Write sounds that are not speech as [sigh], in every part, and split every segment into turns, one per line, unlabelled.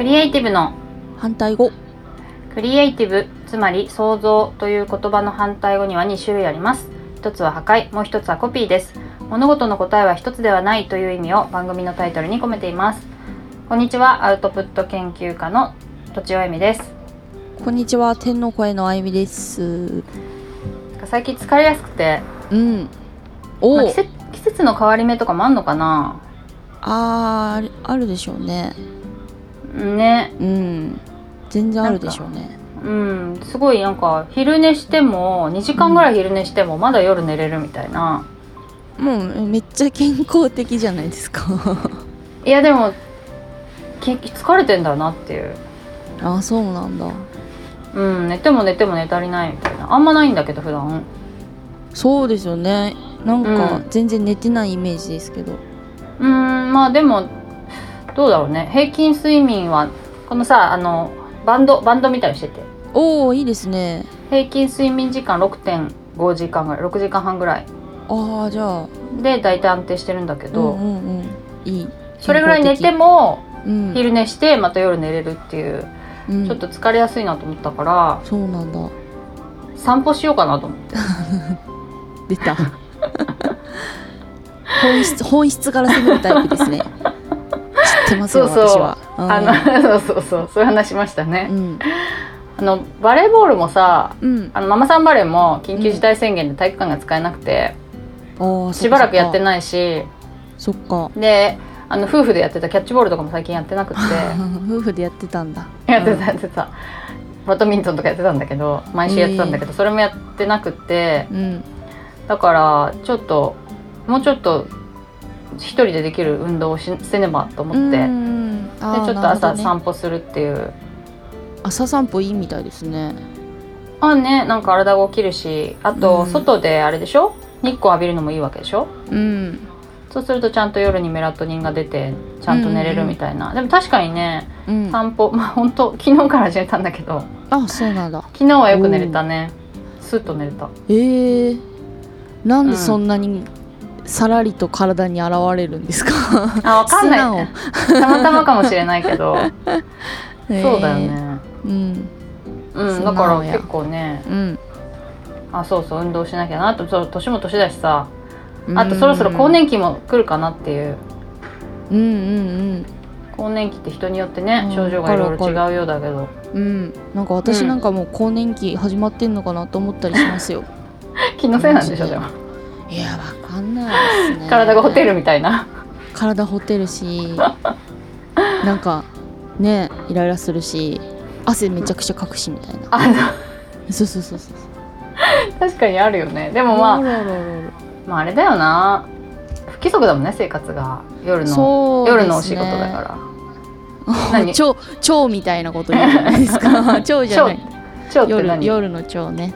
イティブの
反対語
クリエイティブつまり創造という言葉の反対語には2種類あります一つは破壊もう一つはコピーです物事の答えは一つではないという意味を番組のタイトルに込めていますこんにちはアウトプット研究家のとちおえみです
こんにちは天の声のあゆみです
最近疲れやすくて、
うん
まあ
お
季節季節の変わり目とかもあんのかな
あーあるでしょうね
ね
うん全然あるでしょうね
うんすごいなんか昼寝しても2時間ぐらい昼寝してもまだ夜寝れるみたいな、
もうめっちゃ健康的じゃないですか
いやでもけ疲れてんだなっていう
[laughs] あそうなんだ
うん寝ても寝ても寝足りないみたいなあんまないんだけど普段
そうですよねなん
う
か
ん
全然寝てないイメージですけど
うーんまあでもどうだろうね平均睡眠はこのさあのバンドバンドみたいにしてて
おおいいですね
平均睡眠時間6.5時間ぐらい6時間半ぐらい
ああじゃあ
で大体安定してるんだけ
う
ど、
んうんうんいい
それぐらい寝ても
うん
昼寝してまた夜寝れるっていう、
うん
ちょっと疲れやすいなと思ったから
そうなんだ
散歩しようかなと思って
出た本質本質から攻めるタイプですね知ってますよ
そうそう
私は
あの [laughs] そうそうそうそういう話しましたね、
うん
あのバレーボールもさ
うん
あのママさんバレーも緊急事態宣言で体育館が使えなくて、
ああ
しばらくやって
い
ないし
そっか
であの夫婦でやってたキャッチボールとかも最近やってなくて
夫婦でやってたんだ
[laughs] やってたやってたバドミントンとかやってたんだけど毎週やってたんだけど、それもやってなくて
うん
だからちょっともうちょっと一人でできる運動をしせねばと思って、で
うんあー
ちょっと
なるほど
朝
ね
散歩するっていう。
朝散歩いいみたいですね
あね、なんか体が起きるしあ
う
と
ん
外であれでしょ日光浴びるのもいいわけでしょ
うん
そうするとちゃんと夜にメラトニンが出てちゃんと寝れるみたいな、でも確かにね
うん
散歩まあ本当昨日から始めたんだけど
あそうなんだ
昨日はよく寝れたねスッと寝れた
えー、なんでそんなにさらりと体に現れるんですか
あわかん
素
な
直
いたまたまかもしれないけ
[laughs]
どそうだよ
え
ね
ーうん
うん
素
だから
直や
結構ね
うん
あそうそう運動しなきゃなとそう年も年だしさ
うん
あとそろそろ更年期も来るかなっていう
うんうん
更年期って人によってね
うん
症状がいろいろ違うようだけど
うんうんなんか私
うん
なんかもう更年期始まってんのかなと思ったりしま
[laughs]
すよ
気のせいなんでしょでも
いやわかんないですね
体がほて
る
るみたいな
体ほて
[laughs]
るしなんかねイライラするし汗めちゃくちゃかくしみたいな
あ
そうそうそうそ
の
う
確かにあるよねでもまあ
あらららら
まああれだよな不規則だもんね生活が夜の、
そうですね
夜のお仕事だから
[laughs]
何
蝶蝶みたいなこと言うじゃないで
[laughs]
すか [laughs] 蝶じゃない
蝶って
夜
何
夜の蝶ね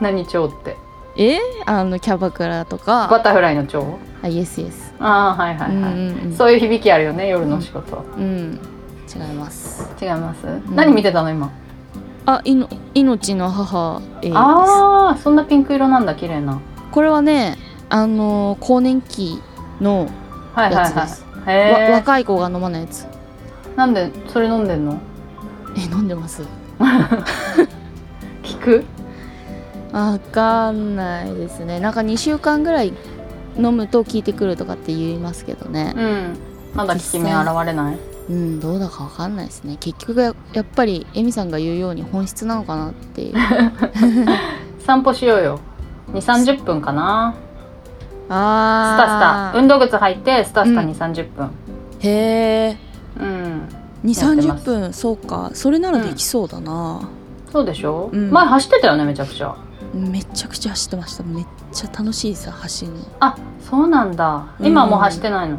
何蝶って
えあのキャバクラとか
バタフライの蝶
あイエスイエス
ああはいは
う
い
んう
はい、
んうん
そういう響きあるよね夜のお仕事、
うん違います
違います、
ん
何見てたの今
あいの命の母えーで
ああそんなピンク色なんだ綺麗な
すこれはねあのー更年期の
はいはい
やつで
は
す
い
わ
へ
若い子が飲まないやつ
えなんでそれ飲んでんの
え飲んでます
聞く
わかんないですねなんか2週間ぐらい飲むと効いてくるとかって言いますけどね
うんまだ効き目現れない
うんどうだかわかんないですね結局ややっぱりエミさんが言うように本質なのかなっ
[laughs]
ていう
散歩しようよ2 3 0分かなスタスタ
あ
運動靴履いてスタスタ
うん
2 3 0分
スタへえ
うん
2
や
三
って
3
ま
0
す
分そうかそれならできそうだな、
そうでしょ、
うん
前走ってたよねめちゃくちゃ
めちゃくちゃ走ってましためっちゃ楽しいさ走るの
あそうなんだ
うん
今はもう走って
[laughs]
ないの、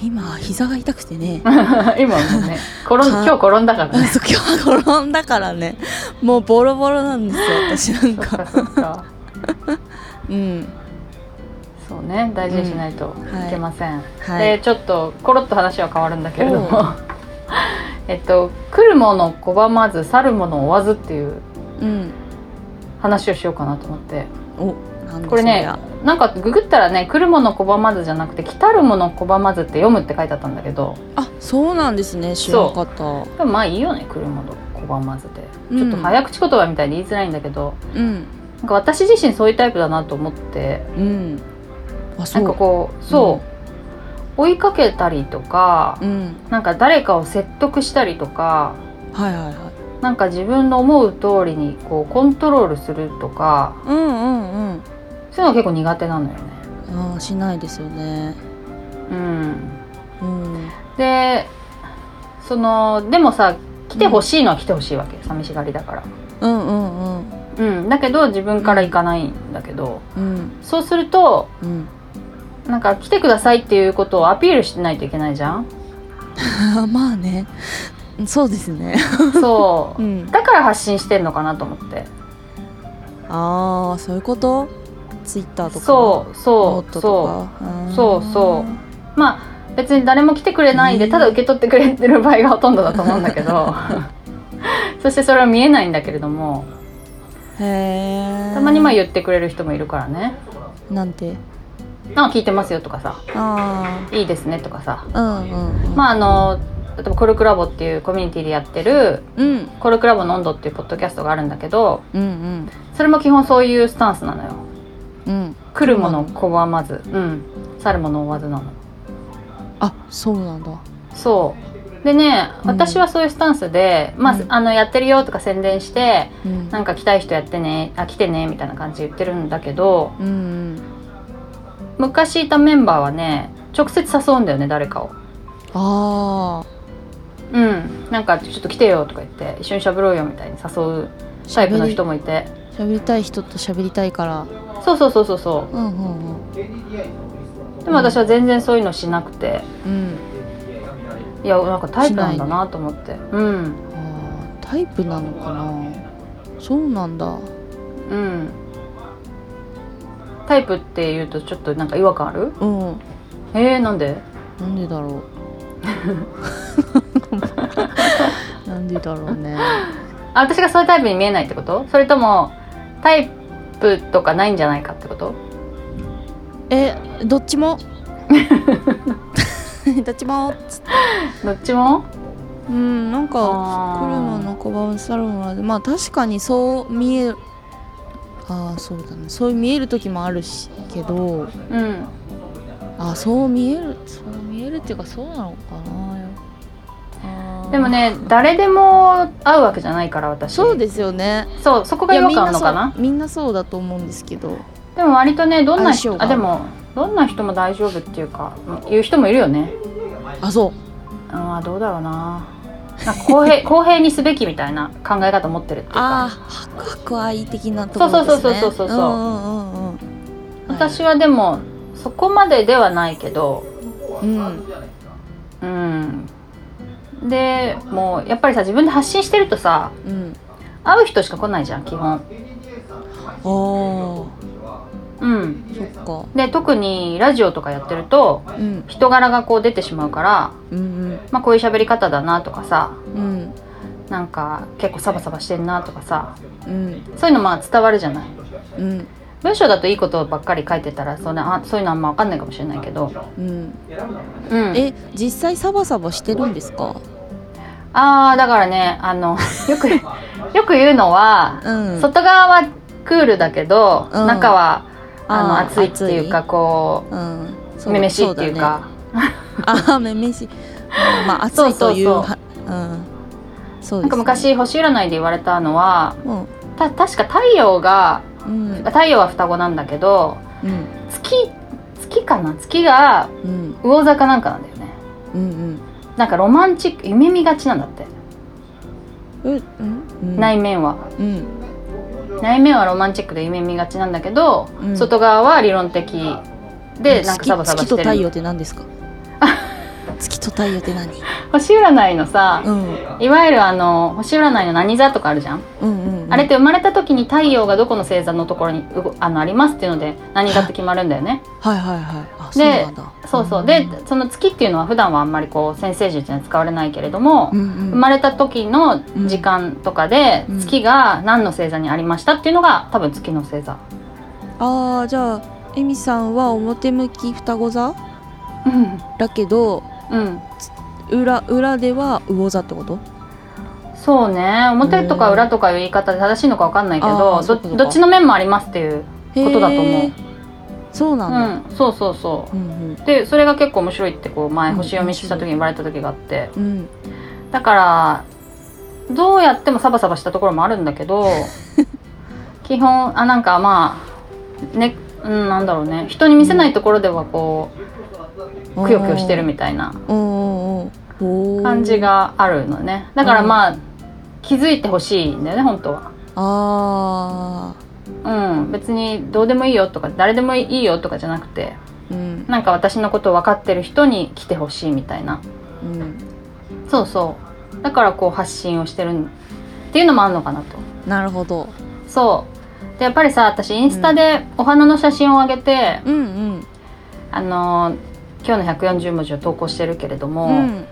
今膝が痛くて [laughs] ね
今はもうね転ん
か
今日転んだから
あ
ね
そう今日は転んだからねもうボロボロなんですよ私なん
そっ
[laughs]
か
か
そっか
うん
そうね大事にしないと
はい
いけません、
はい
でちょっとコロッと話は変わるんだけれど
お
も [laughs] えっと「来るもの拒まず去るもの追わず」っていう
うん
話をしようかなと思って
おなんだ
これね
そりゃ
なんかググったらね「来るもの拒まず」じゃなくて「来たるもの拒まず」って読むって書いてあったんだけど
あそうなんですね知らなかったう
でもまあいいよね「来るもの拒まずで」
うん
ちょっと早口言葉みたいで言いづらいんだけど、
ん
なんか私自身そういうタイプだなと思って
うんあ
な
そうん
かこうそう、追いかけたりとか、
うん
なんか誰かを説得したりとか
はいはいはい
なんか自分の思う通りにこうコントロールするとか
うんうんうん
そういうのが結構苦手なのよね。
あーしないですよね
うん、
うん
でそのでもさ来てほしいのは来てほしいわけ、寂しがりだから。
うんうんうん
うん、だけど自分から行かないんだけど、
うん
そうすると
うん [laughs]
なんか来てくださいっていうことをアピールしないといけないじゃん
あーまあねそうですね
そうう、
ん
だから発信してんのかなと思って
ああそういうことツイッターとか
そう
ノ
そ
ー
うそ
トとかー
そうそうまあ別に誰も来てくれないでただ受け取ってくれてる場合がほとんどだと思うんだけ
[laughs]
どそしてそれは見えないんだけれども
へえ
たまにまあ言ってくれる人もいるからね
なんて
「なんか聞いてますよ」とかさ
あ
「いいですね」とかさ
あうんうんうん
まああの例えばコルクラボっていうコミュニティでやってる
うん
コルクラボの温度っていうポッドキャストがあるんだけど
うんうん
それも基本そういうスタンスなのよ
うん
来るものを拒まず、うん、去るものを追わずなの
あそうなんだ
そうでね
うん
私はそういうスタンスで、まあ
うん
あのやってるよとか宣伝して
うん
なんか来たい人やってねあ来てねみたいな感じで言ってるんだけど
うんうん
昔いたメンバーはね直接誘うんだよね誰かを
ああ
うんなんかちょっと来てよとか言って一緒にしゃべろうよみたいに誘うタイプの人もいて
喋りたい人と喋りたいから
そうそうそうそうそ
うんうんうん
うでも私は全然そういうのしなくて
うん
いやなんかタイプなんだなと思って、うん
あータイプなのかなそうなんだ
うんタイプっていうとちょっとなんか違和感ある
うん
えー、なんで
なんでだろ
[laughs]
うなんでだろうね
あ私がそういうタイプに見えないってことそれともタイプとかないんじゃないかってこと
えどっちも [laughs] どっちもつって
どっちも
うんなんか
あー
車の小判サロンはまあ確かにそう見えるああそうだねそう見える時もあるしけど
うん
あーそう見えるそう見えるっていうかそうなのかなあー
でもね誰でも会うわけじゃないから私
そうですよね
そうそこが違和感あるのかな
みんなそうみんなそうだと思うんですけど
でも割とねどんな
相性
人
が
あでもどんな人も大丈夫っていうか言う人もいるよね
あそ
あーどうだろうななんか公
[laughs]
平公平にすべきみたいな考え方持ってるっていううか
ああ博白愛的なところですね
そうそうそうそうそうそう
うんうんうんうん
私
は
はでもそこまでではないけど
い、うん
うんでもうやっぱりさ自分で発信してるとさ
うん
会う人しか来ないじゃん基本うん
ああそっか
で特にラジオとかやってると
うん
人柄がこう出てしまうから、
うん
まあ、こういう喋り方だなとかさ
うんうん
なんか結構サバサバしてんなとかさ
うん
そういうのまあ伝わるじゃない
うん
文章だといいことばっかり書いてたらそんなあそういうのあんま分かんないかもしれないけど、
うん
うん、
え実際サバサバしてるんですか
ああだからねあのよくよく言うのは、
うん
外側はクールだけど、
うん
中はあの
あー
暑いっていうか
暑
こ
うんそうう
めめしいっていうか
そうだねああめめしいうんまあ暑いという
そうそう
はうんそう
なんか
ですね
昔星占いで言われたのは
うん
た確か太陽が
うん
太陽は双子なんだけど
うん
月月かな月が
うん
魚座かなんかなんだよね
うん
なんかロマンチック夢見がちなんだって、
うんえうん
内
い
面は
うん
内面はロマンチックで夢見がちなんだけど、
うん
外側は理論的でなんか
月
サバサバ
月
して
と
る
太陽って
[laughs]
何ですか月と太陽って何
星占いのさ、
うん
いわゆるあの星占いの何座とかあるじゃん、
うんうんうん
あれって生まれた時に太陽がどこの星座のところにうごあのありますっていうので何座って決まるんだよ
[laughs]
ね
はいはいはいあ
で
そうなんだ
そうそうでその月っていうのは普段はあんまりこう先生術には使われないけれども、
うんう
生
ん
まれた時の時間とかで
うん
月が何の星座にありましたっていうのが多分月の星座
ああじゃあエミさんは表向き双子座
うん
だけど
うん
裏裏では魚座ってこと
そうね表とか裏とかいう言い方で正しいのかわかんないけ
あ
ど
ーそ
ど
うかそうか
どっちの面もありますっていう、
へー
ことだと思う
そう
う
なんだ、
ん、そうそうそ
うん、うん
うでそれが結構面白いってこう前
うん
星読みした時に言われた時があって
うん
だからどうやってもサバサバしたところもあるんだけ [laughs] ど基本あなんかまあねうんなんだろうね人に見せないところではこうくよくよしてるみたいな
うんうんうんおー
感じがあるのねだからまあ気づいてほしいんだよね本当は。
あ
うん、別にどうでもいいよとか誰でもいいよとかじゃなくて
ーうん
なんか私のこと分かってる人に来てほしいみたいな
うん
そうそうだからこう発信をしてるんっていうのもあるのかなと
なるほど
そうでやっぱりさ私インスタでお花の写真を上げて、
うんうん
あのー今日の140文字を投稿してるけれども、
うん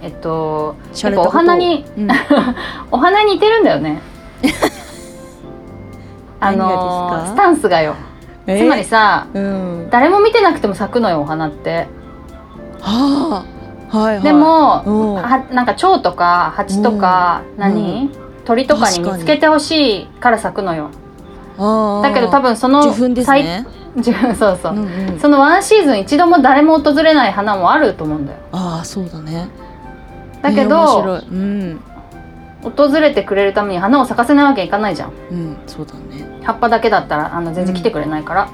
えっとやっ
洒落た
ぱ
こと
お花に
うん
お花に似てるんだよ
[laughs]
ねあの
何がで
ー
すか
スタンスがよ、
えー
つまりさ
うん
誰も見てなくても咲くのよお花って。
はあはいはい
でも、
うん
はなんか蝶とか蜂とか、
ん
何、鳥とかに見つけてほしいから咲くのよ
あー
だけど多分その
受粉ですね
最受粉そうそう、
うんうん
そのワンシーズン一度も誰も訪れない花もあると思うんだよ
ああそうだね
だけ
ね面
ど、
白いうん
訪れてくれるために花を咲かせないわけいかないじゃん
うんそうだね
葉っぱだけだったらあの全然来てくれないから、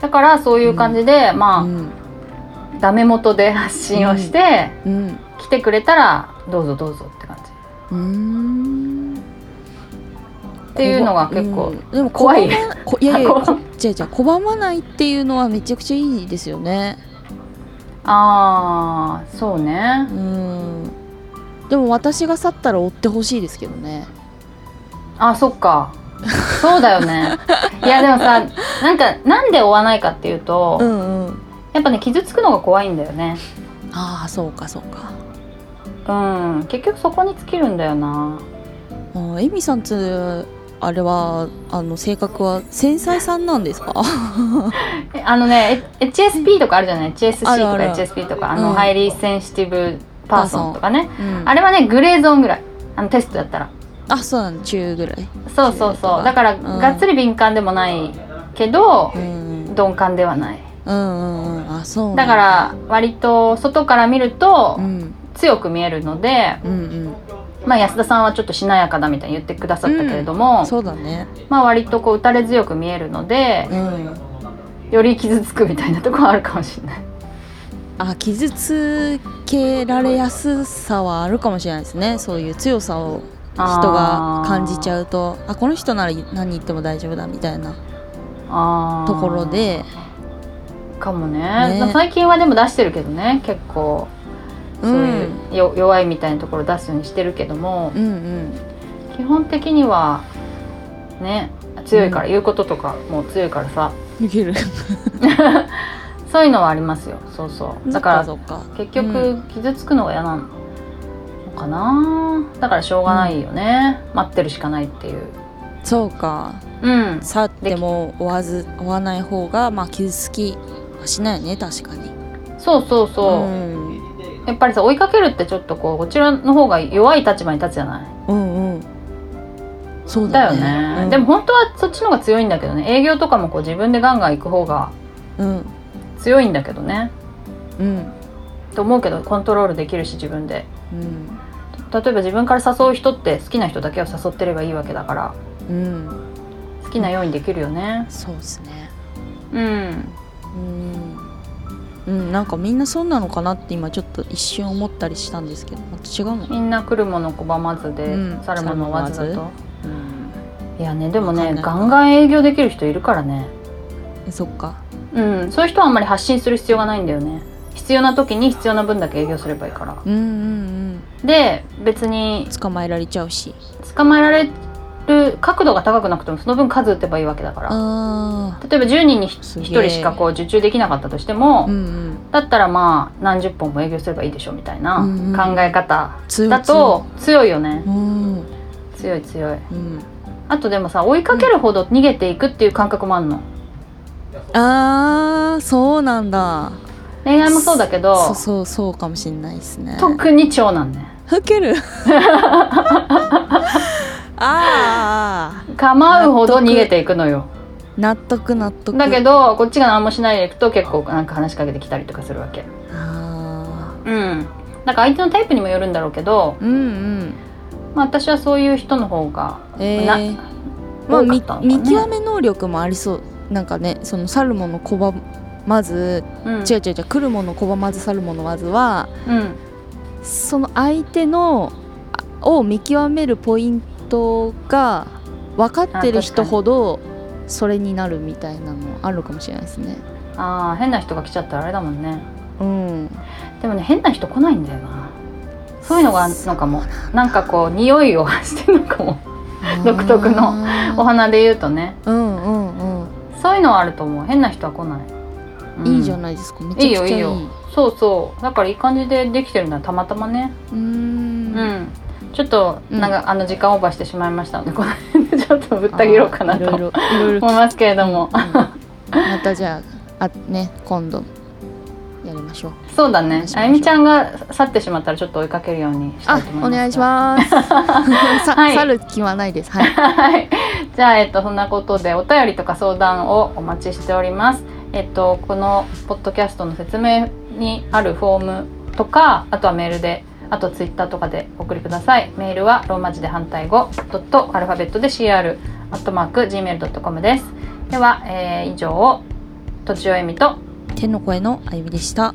だからそういう感じで、
う
まあ、
ん
ダメ元で発信をして、
うん
来てくれたらどうぞどうぞって感じ
うーん
っていうのが結構
うんでも
怖い
拒まこいやいや
[laughs] 怖い
こ違う違う拒まないっていうのはめちゃくちゃいいですよね
ああそうね
うんでも私が去ったら追ってほしいですけどね
あそっかそうだよねいやでもさなんかなんで追わないかっていうと、
んうん
やっぱね傷つくのが怖いんだよね
ああそうかそうか
うん結局そこに尽きるんだよな
あエミさんつあれはあの性格は繊細さんなんですか
えあのねえ HSP とかあるじゃない HSC とか
あるある
HSP とかあの、
うん
ハイリーセンシティブパーソンとかね
うん
あれはねグレーゾーンぐらいあのテストだったら
あそうなの中ぐらい
そうそうそうだから、
うん
がっつり敏感でもないけど
う、んうん
鈍感ではない
うんうんうんあそうな
だ
ん
から割と外から見ると
うん
強く見えるので、
うんうん
まあ、安田さんはちょっとしなやかだみたいに言ってくださったけれども、
そうだね
まあ、割とこう打たれ強く見えるので
うん
より傷つくみたいなところはあるかもしれない。
あ傷つけられやすさはあるかもしれないですねそういう強さを人が感じち
う
ゃうとあこの人なら何言っても大丈夫だみたいなと
と
ころで
かもね
ね
最近はでも出してるけどね結構そういううよ弱いみたいなところ出すようにしてるけども
うんうん
基本的にはね強いから言うこととかも強いからさ、
いける
そういうのはありますよそうそうだから
そっかそっか
結局傷つくのが嫌なのかなだからしょうがないよね、待ってるしかないっていう
そうか
うん
去っても追わず追わない方がまあ傷つきはしないよね確かに
そうそうそう、
ん、
やっぱりさ追いかけるってちょっとこうこちらの方が弱い立場に立つじゃない
うんうんそう
だ
だ
よ
ね
ね、
うん
でも本当はそっちの方が強いんだけどね営業とかもこう自分でガンガン行く方が
うん
強いんだけどね
うん
と思うけどコントロールできるし自分で
うん
例えば自分から誘う人って好きな人だけを誘ってればいいわけだから
うん
好きなようにできるよね
そうですね
うん
うん、うん、なんかみんなそうなのかなって今ちょっと一瞬思ったりしたんですけどまた違うの、
みんな来るもの拒まずで、
うん
去るもの追わずだ
去る
と
ものう
いやねでも
わか
ね
んない
ガンガン営業できる人いるからね
ん、そっか
うんそういう人はあんまり発信する必要がないんだよね必要な時に必要な分だけ営業すればいいから
うんうん
で別に
うん捕まえられちゃうし
捕まえられる角度が高くなくてもその分数打てばいいわけだから
あ
例えば10人に
す
1
げえ
人しかこう受注できなかったとして
あ
も、
うんうん
だったらまあ何十本も営業すればいいでしょみたいな
うんうん
考え方
強い
だと強いよね
強いうん
強い強い
うん
あとでもさ追いかけるほど逃げていくっていう感覚もあるの
あーそうなんだ
恋愛もそうだけど
そうそうそうかもしんないですね
特に長男ね
吹ける
[laughs]
ああ
構うほど逃げていくのよ
納得納得
だけどこっちが何もしないでいくと結構なんか話しかけてきたりとかするわけ
あ
うんなんか相手のタイプにもよるんだろうけど、
ーうんうん
まあ、私はそういう人の方が
え
な
ー、まあ、
多か
み
ったのかね
見極め能力もありそうなんかねその去るもの拒まず、
うん
違う違う違う来るもの拒まず去るものまずは
うん
その相手のあを見極めるポイントが分かってる人ほどそれになるみたいなのあるかもしれないですね。
あー変な人が来ちゃったらあれだもんね
うん、
でもね変な人来ないんだよなそういうのがあんのかも
そう
なんかこう匂いを発してるのかも
なんだ
独特の
あー
お花で言うとね
うんうんうん、
そういうのはあると思う変な人は来ない、うん
いいじゃないですかめちゃくちゃいい
いいよいいよそうそうだからいい感じでできてるのはたまたまね
うーん
うんちょっと
うん
なんか、あの時間オーバーしてしまいましたのでこの辺でちょっとぶった切ろうかなと
あーい
思い
ろいろいろいろ聞き
ますけれども、
うんうんまたじゃああね今度やりましょう
そうだ
お願
ね
いします
あゆみちゃんが去ってしまったらちょっと追いかけるようにした
あ
いと思います
お願いしますさ、
はい
去る気はないです
[laughs]
はい
はい。じゃあ、えっと、そんなことでお便りとか相談をお待ちしております。えっと、このポッドキャストの説明にあるフォームとか、あとはメールで、あとツイッターとかでお送りください。メールはローマ字で反対語、ドットアルファベットで CR、アットマーク、gmail.com です。では、えー以上を、とちおえみと、
天の声のあゆみでした